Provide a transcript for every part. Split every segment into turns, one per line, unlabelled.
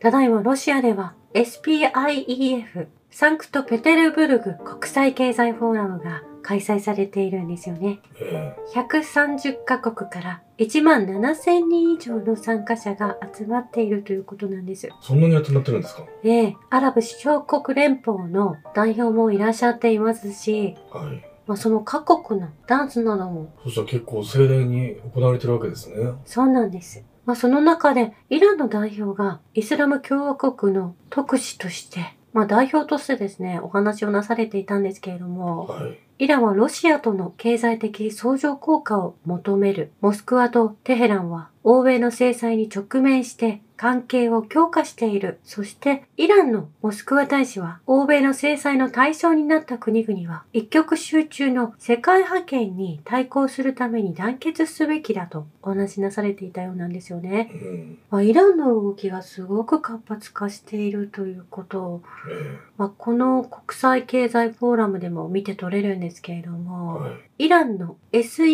ただいまロシアでは SPIEF サンクトペテルブルグ国際経済フォーラムが開催されているんですよね。
え
130カ国から1万7000人以上の参加者が集まっているということなんです。
えそんなに集まってるんですか
ええ、アラブ首長国連邦の代表もいらっしゃっていますし、
はい。
まあ、その各国のダンスなども
そしたら結構盛大に行われてるわけですね。
そうなんです。まあ、その中でイランの代表がイスラム共和国の特使として、まあ、代表としてですね、お話をなされていたんですけれども、
はい。
イランはロシアとの経済的相乗効果を求める。モスクワとテヘランは欧米の制裁に直面して関係を強化している。そして、イランのモスクワ大使は欧米の制裁の対象になった国々は一極集中の世界覇権に対抗するために団結すべきだとお話しなされていたようなんですよね。
うん。
まあイランの動きがすごく活発化しているということを
え
まあ、この国際経済フォーラムでも見て取れるんですけれど
え
も、
はい。
イランの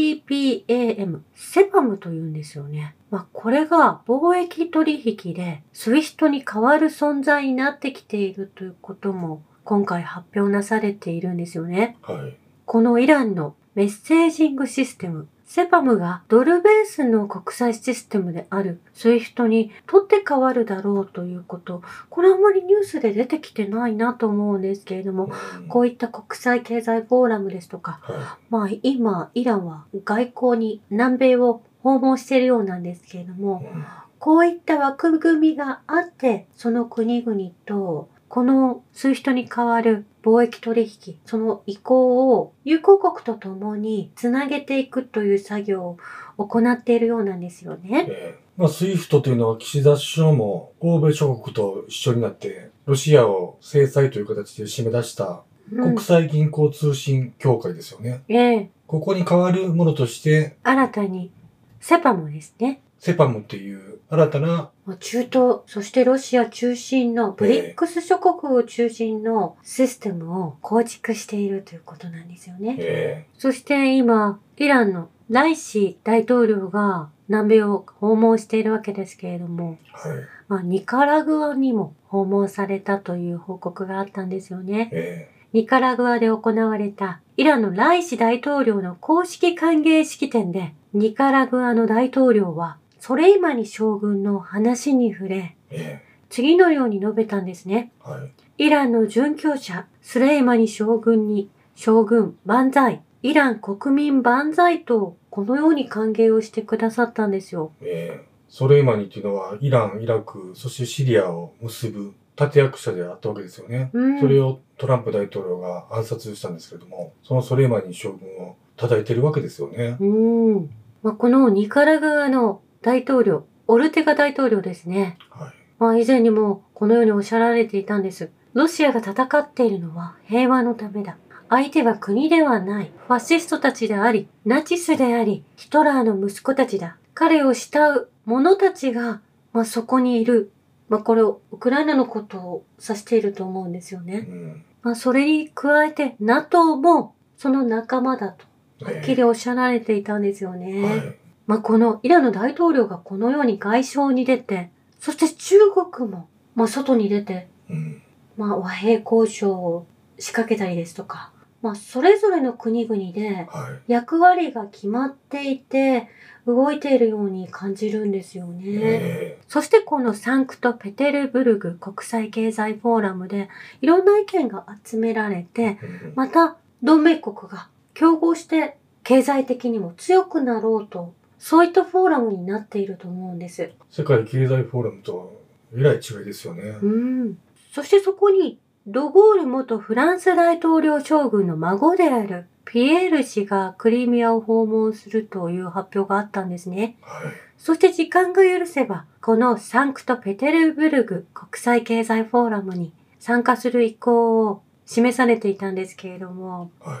SEPAM、セパムというんですよね。まあ、これが貿易取引でスウィフトに代わる存在になってきているということも今回発表なされているんですよね。
はい。
このイランのメッセージングシステム、セパムがドルベースの国際システムである SWIFT に取って変わるだろうということ、これあんまりニュースで出てきてないなと思うんですけれども、
うん
こういった国際経済フォーラムですとか、
は
まあ今イランは外交に南米を訪問しているようなんですけれども
い。、うん
こういった枠組みがあって、その国々と、この数人に代わる貿易取引、その移行を友好国とともにつなげていくという作業を行っているようなんですよね。
ええまあ、スイフトというのは岸田首相も欧米諸国と一緒になって、ロシアを制裁という形で締め出した
う
国
ん、
際銀行通信協会ですよね。
ええ
ここに代わるものとして、
新たにセパもですね。
セパムっていう新たな、
まあ中東、そしてロシア中心のブリックス諸国を中心のシステムを構築しているということなんですよね。
え
そして今、イランのライシ大統領が南米を訪問しているわけですけれども、
えはい、
まあ、ニカラグアにも訪問されたという報告があったんですよね。
え
ニカラグアで行われたイランのライシ大統領の公式歓迎式典で、ニカラグアの大統領は、それ今に将軍の話に触れ、
ええ
次のように述べたんですね。
えはい、
イランの殉教者、スレイマニ将軍に、将軍万歳、イラン国民万歳と、このように歓迎をしてくださったんですよ。
ええソレイマニっていうのはイラン、イラク、そしてシリアを結ぶ立役者であったわけですよね。
うん
それをトランプ大統領が暗殺したんですけれども、そのソレイマニ将軍を叩いてるわけですよね。
うん。まあ、このニカラグアの大統領、オルテガ大統領ですね。
はい。
まあ、以前にもこのようにおっしゃられていたんです。ロシアが戦っているのは平和のためだ。相手は国ではない。ファシストたちであり、ナチスであり、ヒトラーの息子たちだ。彼を慕う者たちが、まあ、そこにいる。まあ、これをウクライナのことを指していると思うんですよ
う
ね。
ん。
まあ、それに加えて NATO もその仲間だと、はっきりおっしゃられていたんですよね。
はい。
まあ、このイランの大統領がこのように外相に出て、そして中国も、まあ、外に出て、
うん。
まあ、和平交渉を仕掛けたりですとか、まあ、それぞれの国々で
はい。
役割が決まっていて、動いているように感じるんですよね。
え
そしてこのサンクトペテルブルグ国際経済フォーラムでいろんな意見が集められて、
えうん
また同盟国が競合して経済的にも強くなろうとそういったフォーラムになっていると思うんです。
世界経済フォーラムとえらい違いですよね。
うん、そしてそこにドゴール元フランス大統領将軍の孫であるピエール氏がクリミアを訪問するという発表があったんですね。
はい。
そして時間が許せば、このサンクトペテルブルグ国際経済フォーラムに参加する意向を示されていたんですけれども、
はい。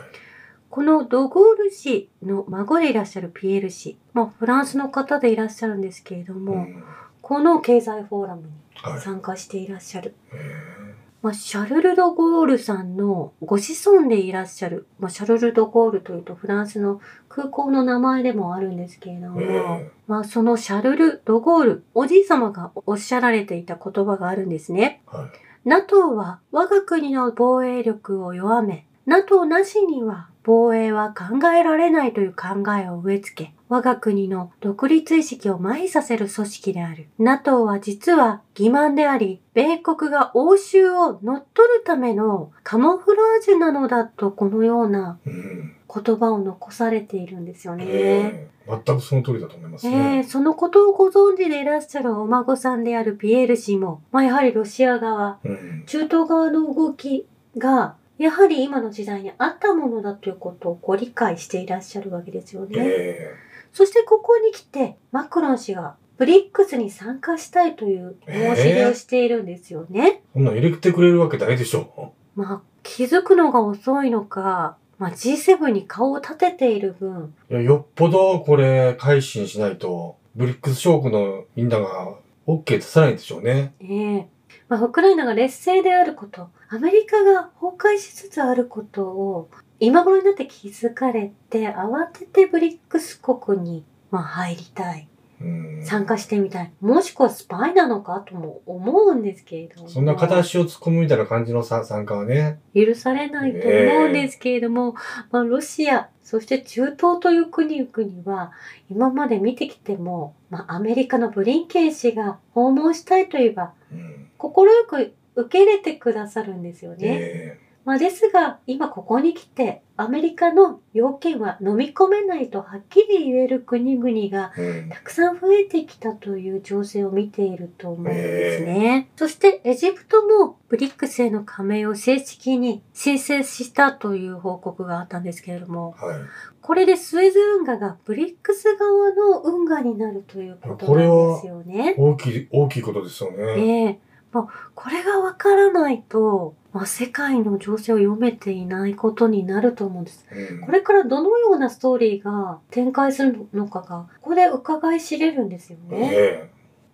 このドゴール氏の孫でいらっしゃるピエール氏、まあ、フランスの方でいらっしゃるんですけれども、
うん
この経済フォーラムに
はい。
参加していらっしゃる。
ええ
まあ、シャルル・ド・ゴールさんのご子孫でいらっしゃる、まあ、シャルル・ド・ゴールというとフランスの空港の名前でもあるんですけれども、
え
まあ、そのシャルル・ド・ゴール、おじい様がおっしゃられていた言葉があるんですね。
えはい。
NATO は我が国の防衛力を弱め、NATO なしには防衛は考えられないという考えを植え付け、我が国の独立意識を麻痺させる組織である。NATO は実は欺瞞であり、米国が欧州を乗っ取るためのカモフラージュなのだとこのような
うん。
言葉を残されているんですよね。
ええ全くその通りだと思います
ええ
ね。
そのことをご存知でいらっしゃるお孫さんであるピエール氏も、まあ、やはりロシア側、
うん。
中東側の動きが、やはり今の時代にあったものだということをご理解していらっしゃるわけですよ
え
ね。
え
そしてここに来て、マクロン氏が、ブリックスに参加したいという申し出をしているんですよね。
そんなん入れてくれるわけないでしょ
まあ、気づくのが遅いのか、まあ、G7 に顔を立てている分、
いや、よっぽどこれ、改心しないと、ブリックス諸国のみんなが、OK 出さないんでしょうね。
ええまあ、ウクライナが劣勢であること、アメリカが崩壊しつつあることを、今頃になって気づかれて、慌ててブリックス国に、まあ、入りたい。
うん。
参加してみたい。もしくはスパイなのかとも思うんですけれども。
そんな片足を突っ込むみたいな感じのさ参加はね。
許されないと思うんですけれども、まあ、ロシア、そして中東という国々は、今まで見てきても、まあ、アメリカのブリンケン氏が訪問したいといえば、
うん。
快く受け入れてくださるんですよね。
え
まあ、ですが、今ここに来て、アメリカの要件は飲み込めないとはっきり言える国々が、
えうん
たくさん増えてきたという情勢を見ていると思うんですね。そしてエジプトもブリックスへの加盟を正式に申請したという報告があったんですけれども、
はい。
これでスエズ運河がブリックス側の運河になるということなんですよね。
大きい、大きいことですよね。
ええまあ、これがわからないと、まあ、世界の情勢を読めていないことになると思うんです。
うん
これからどのようなストーリーが展開するのかが、ここで伺い知れるんですよね。
え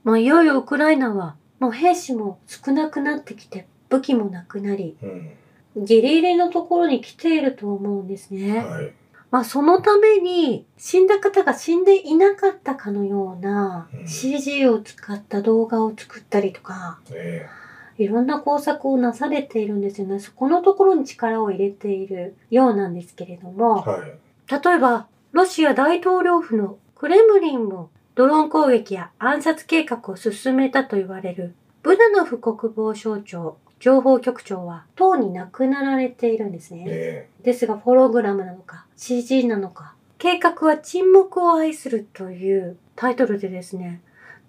まあ、いよいよウクライナは、もう兵士も少なくなってきて、武器もなくなり、
えうん。
ギリギリのところに来ていると思うんですね。
はい。
まあ、そのために、死んだ方が死んでいなかったかのような
うん
CG を使った動画を作ったりとか、
え
いろんな工作をなされているんですよね。そこのところに力を入れているようなんですけれど
え
も、
はい。
例えば、ロシア大統領府のクレムリンもドローン攻撃や暗殺計画を進めたと言われるブダノフ国防省庁情報局長は、党に亡くなられているんですね。
え
ですが、フォログラムなのか、CG なのか、計画は沈黙を愛するというタイトルでですね、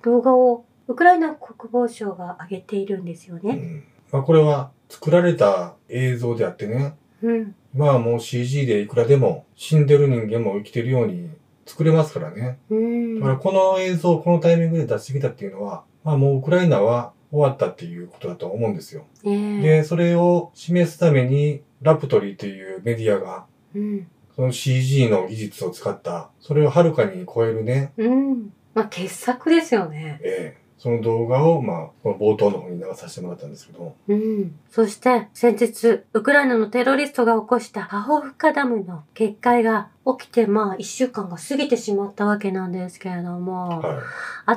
動画をウクライナ国防省が上げているんですよ
え
ね。
うん。まあこれは、作られた映像であってね。
うん。
まあもう CG でいくらでも、死んでる人間も生きてるように作れますからね。
うん。
だからこの映像をこのタイミングで出してきたっていうのは、まあもうウクライナは終わったっていうことだと思うんですよ。
ええ
で、それを示すために、ラプトリーというメディアが、
うん。
その CG の技術を使った、それをはるかに超えるね、
うん。まあ、傑作ですよね。
ええその動画を、まあ、この冒頭の方に流させてもらったんですけど、
うん。そして、先日、ウクライナのテロリストが起こしたカホフカダムの決壊が起きて、まあ、一週間が過ぎてしまったわけなんですけれども、
は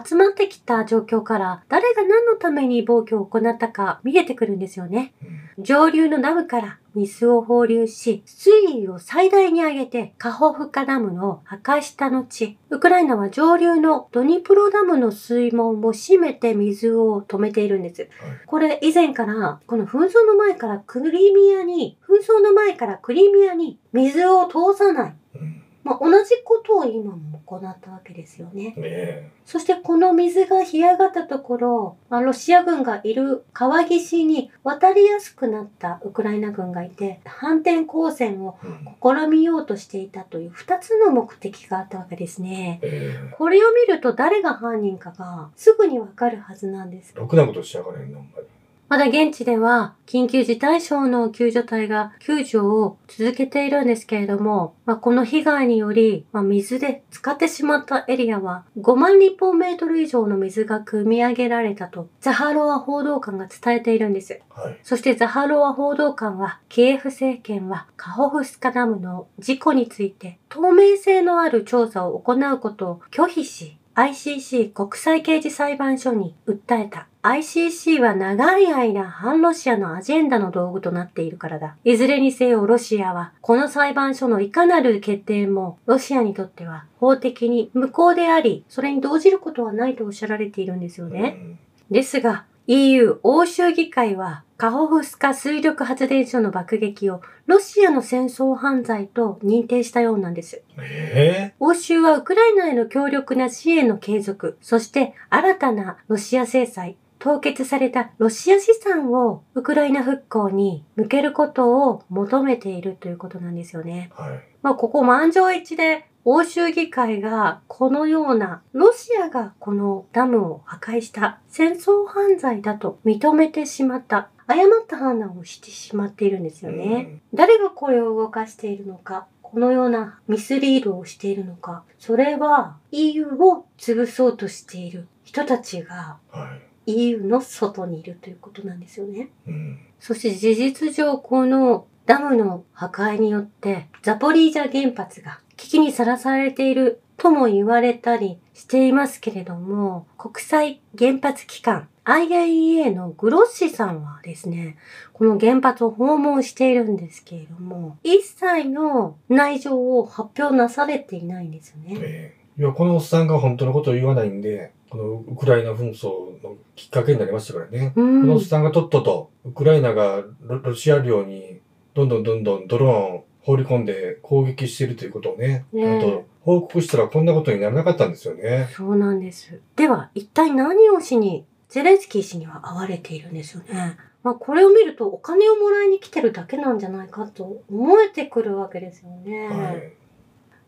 集まってきた状況から誰が何のために暴挙を行ったか見えてくるんですよね。
い。うん
上流のダムから水を放流し、水位を最大に上げてカホフカダムの破壊した後、ウクライナは上流のドニプロダムの水門を閉めて水を止めているんです。これ以前から、この紛争の前からクリミアに、紛争の前からクリミアに水を通さない。
うん
まあ、同じことを今も行ったわけですよね。
ねえ
そしてこの水が干上がったところ、まあ、ロシア軍がいる川岸に渡りやすくなったウクライナ軍がいて、反転抗戦を
うん
試みようとしていたという二つの目的があったわけですね。
ええ
これを見ると誰が犯人かがすぐにわかるはずなんです。
ろくなことしやがれんな、ほんまに。
まだ現地では緊急事態省の救助隊が救助を続けているんですけれども、まあ、この被害により、まあ、水で使ってしまったエリアは5万立方メートル以上の水が汲み上げられたとザハロワ報道官が伝えているんです。
はい。
そしてザハロワ報道官は、キエフ政権はカホフスカダムの事故について透明性のある調査を行うことを拒否し、ICC 国際刑事裁判所に訴えた。ICC は長い間反ロシアのアジェンダの道具となっているからだ。いずれにせよロシアはこの裁判所のいかなる決定もロシアにとっては法的に無効であり、それに動じることはないとおっしゃられているんですよね。
うん
ですが、EU 欧州議会はカホフスカ水力発電所の爆撃をロシアの戦争犯罪と認定したようなんです。
え
欧州はウクライナへの強力な支援の継続、そして新たなロシア制裁、凍結されたロシア資産をウクライナ復興に向けることを求めているということなんですよね。
えはい。
まあ、ここ満場一致で、欧州議会がこのような、ロシアがこのダムを破壊した戦争犯罪だと認めてしまった、誤った判断をしてしまっているんですよね。誰がこれを動かしているのか、このようなミスリードをしているのか、それは EU を潰そうとしている人たちが
うん。はい。
EU の外にいるということなんですよね。
うん。
そして事実上このダムの破壊によってザポリージャ原発が危機にさらされているとも言われたりしていますけれども、国際原発機関 IAEA のグロッシさんはですね、この原発を訪問しているんですけれども、一切の内情を発表なされていないんですよね。
ええいや、このおっさんが本当のことを言わないんで、このウクライナ紛争のきっかけになりましたからね。
う
この
ん
おっ。さんがとっとと、ウクライナがロロシア領にどんどんどんどんドローンを放り込んで攻撃しているということをね、
ねえ
なんと報告したらこんなことにならなかったんですよね。
そうなんです。では、一体何をしに、ゼレンスキー氏には会われているんですよね。まあ、これを見るとお金をもらいに来てるだけなんじゃないかと思えてくるわけですよね。
はい。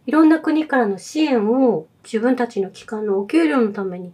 いろんな国からの支援を自分たちの機関のお給料のためにい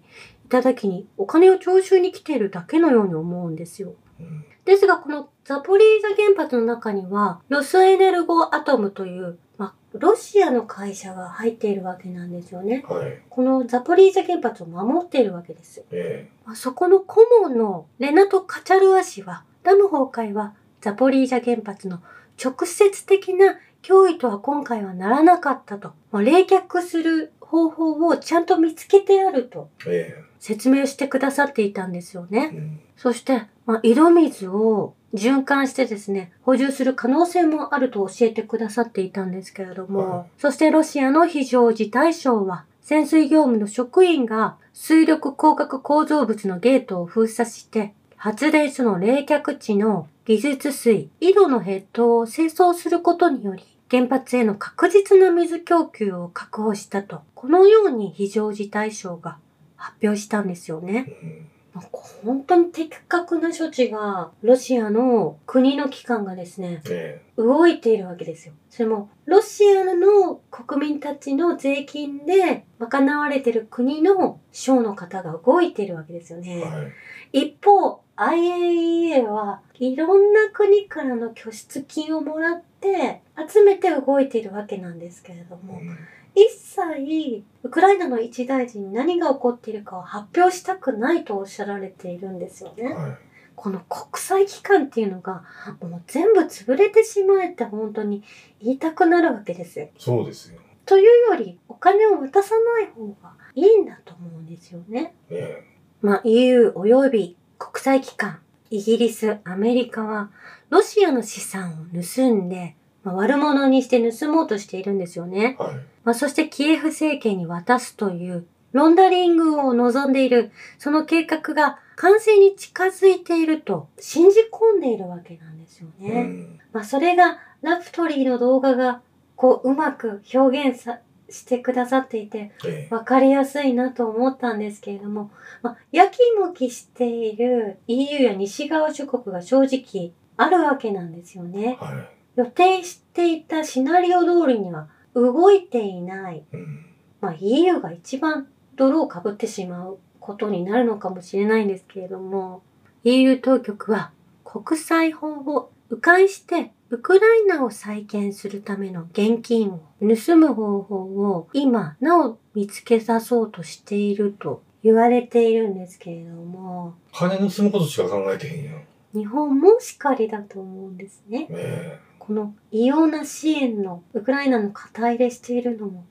ただきにお金を徴収に来ているだけのように思うんですよ。
うん
ですが、このザポリージャ原発の中には、ロスエネルゴアトムという、まあ、ロシアの会社が入っているわけなんですよね。
はい。
このザポリージャ原発を守っているわけです。
え
まあそこの顧問のレナト・カチャルワ氏は、ダム崩壊はザポリージャ原発の直接的な脅威とは今回はならなかったと。まあ冷却する方法をちゃんと見つけてあると
ええ
説明してくださっていたんですよ
え
ね。
うん
そして、まあ、井戸水を循環してですね、補充する可能性もあると教えてくださっていたんですけれども、
はい
そしてロシアの非常事態省は、潜水業務の職員が水力広角構造物のゲートを封鎖して、発電所の冷却地の技術水、井戸のヘッドを清掃することにより、原発への確実な水供給を確保したと、このように非常事態省が発表したんですよね。
うん
なんか本当に的確な処置が、ロシアの国の機関がですね、
え
動いているわけですよ。それも、ロシアの国民たちの税金で賄われている国の省の方が動いているわけですよ
え
ね。
はい。
一方、IAEA はいろんな国からの拠出金をもらって、集めて動いているわけなんですけれども、
うん
一切ウクライナの一大事に何が起こっているかを発表したくないとおっしゃられているんですよね。
は
この国際機関っていうのがもう全部潰れてしまえって本当に言いたくなるわけですよ。
い。そうですよ。
というよりお金を渡さない方がいいんだと思うんですよね。
え
まあ EU および国際機関、イギリス、アメリカはロシアの資産を盗んで、まあ悪者にして盗もうとしているんですよね。
えはい。
まあ、そしてキエフ政権に渡すというロンダリングを望んでいる、その計画が完成に近づいていると信じ込んでいるわけなんですよね。
うん
まあ、それがラプトリーの動画がこううまく表現さしてくださっていて
ええ
わかりやすいなと思ったんですけれども、まあ、やきもきしている EU や西側諸国が正直あるわけなんですよね。
は
予定していたシナリオ通りには動いていない、
い。うん
まあ、EU が一番泥をかぶってしまうことになるのかもしれないんですけれども EU 当局は国際法を迂回してウクライナを再建するための現金を盗む方法を今なお見つけ出そうとしていると言われているんですけれども、
金盗むことしか考えてへんやん。ね
日本もしかりだと思うんですね。
え。
この異様な支援のウクライナの肩入れしているのも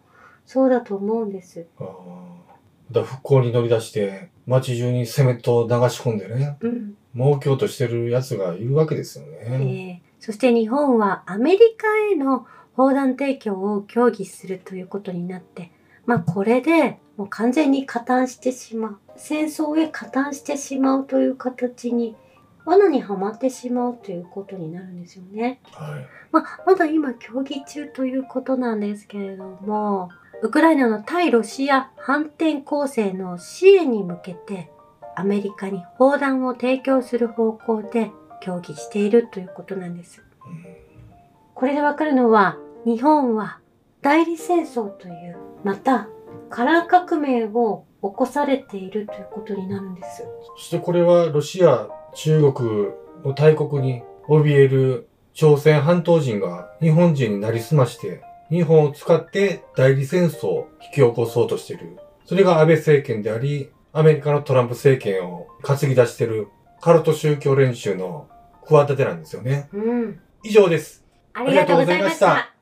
そうだと思うんです。
ああ。だから復興に乗り出して、街中にセメントを流し込んでね、
うん。
儲けようとしてる奴がいるわけですよ
え
ね。
ーそして日本はアメリカへの砲弾提供を協議するということになって、まあこれでもう完全に加担してしまう。戦争へ加担してしまうという形に、罠にはまってしまうということになるんですよね。
はい。
まあ、まだ今協議中ということなんですけれども、ウクライナの対ロシア反転攻勢の支援に向けて、アメリカに砲弾を提供する方向で協議しているということなんです。
うん
これでわかるのは、日本は代理戦争という、また、カラー革命を起こされているということになるんです。
そしてこれはロシア、中国の大国に怯える朝鮮半島人が日本人になりすまして、日本を使って代理戦争を引き起こそうとしている。それが安倍政権であり、アメリカのトランプ政権を担ぎ出しているカルト宗教練習の企てなんですよね。
うん。
以上です。
ありがとうございました。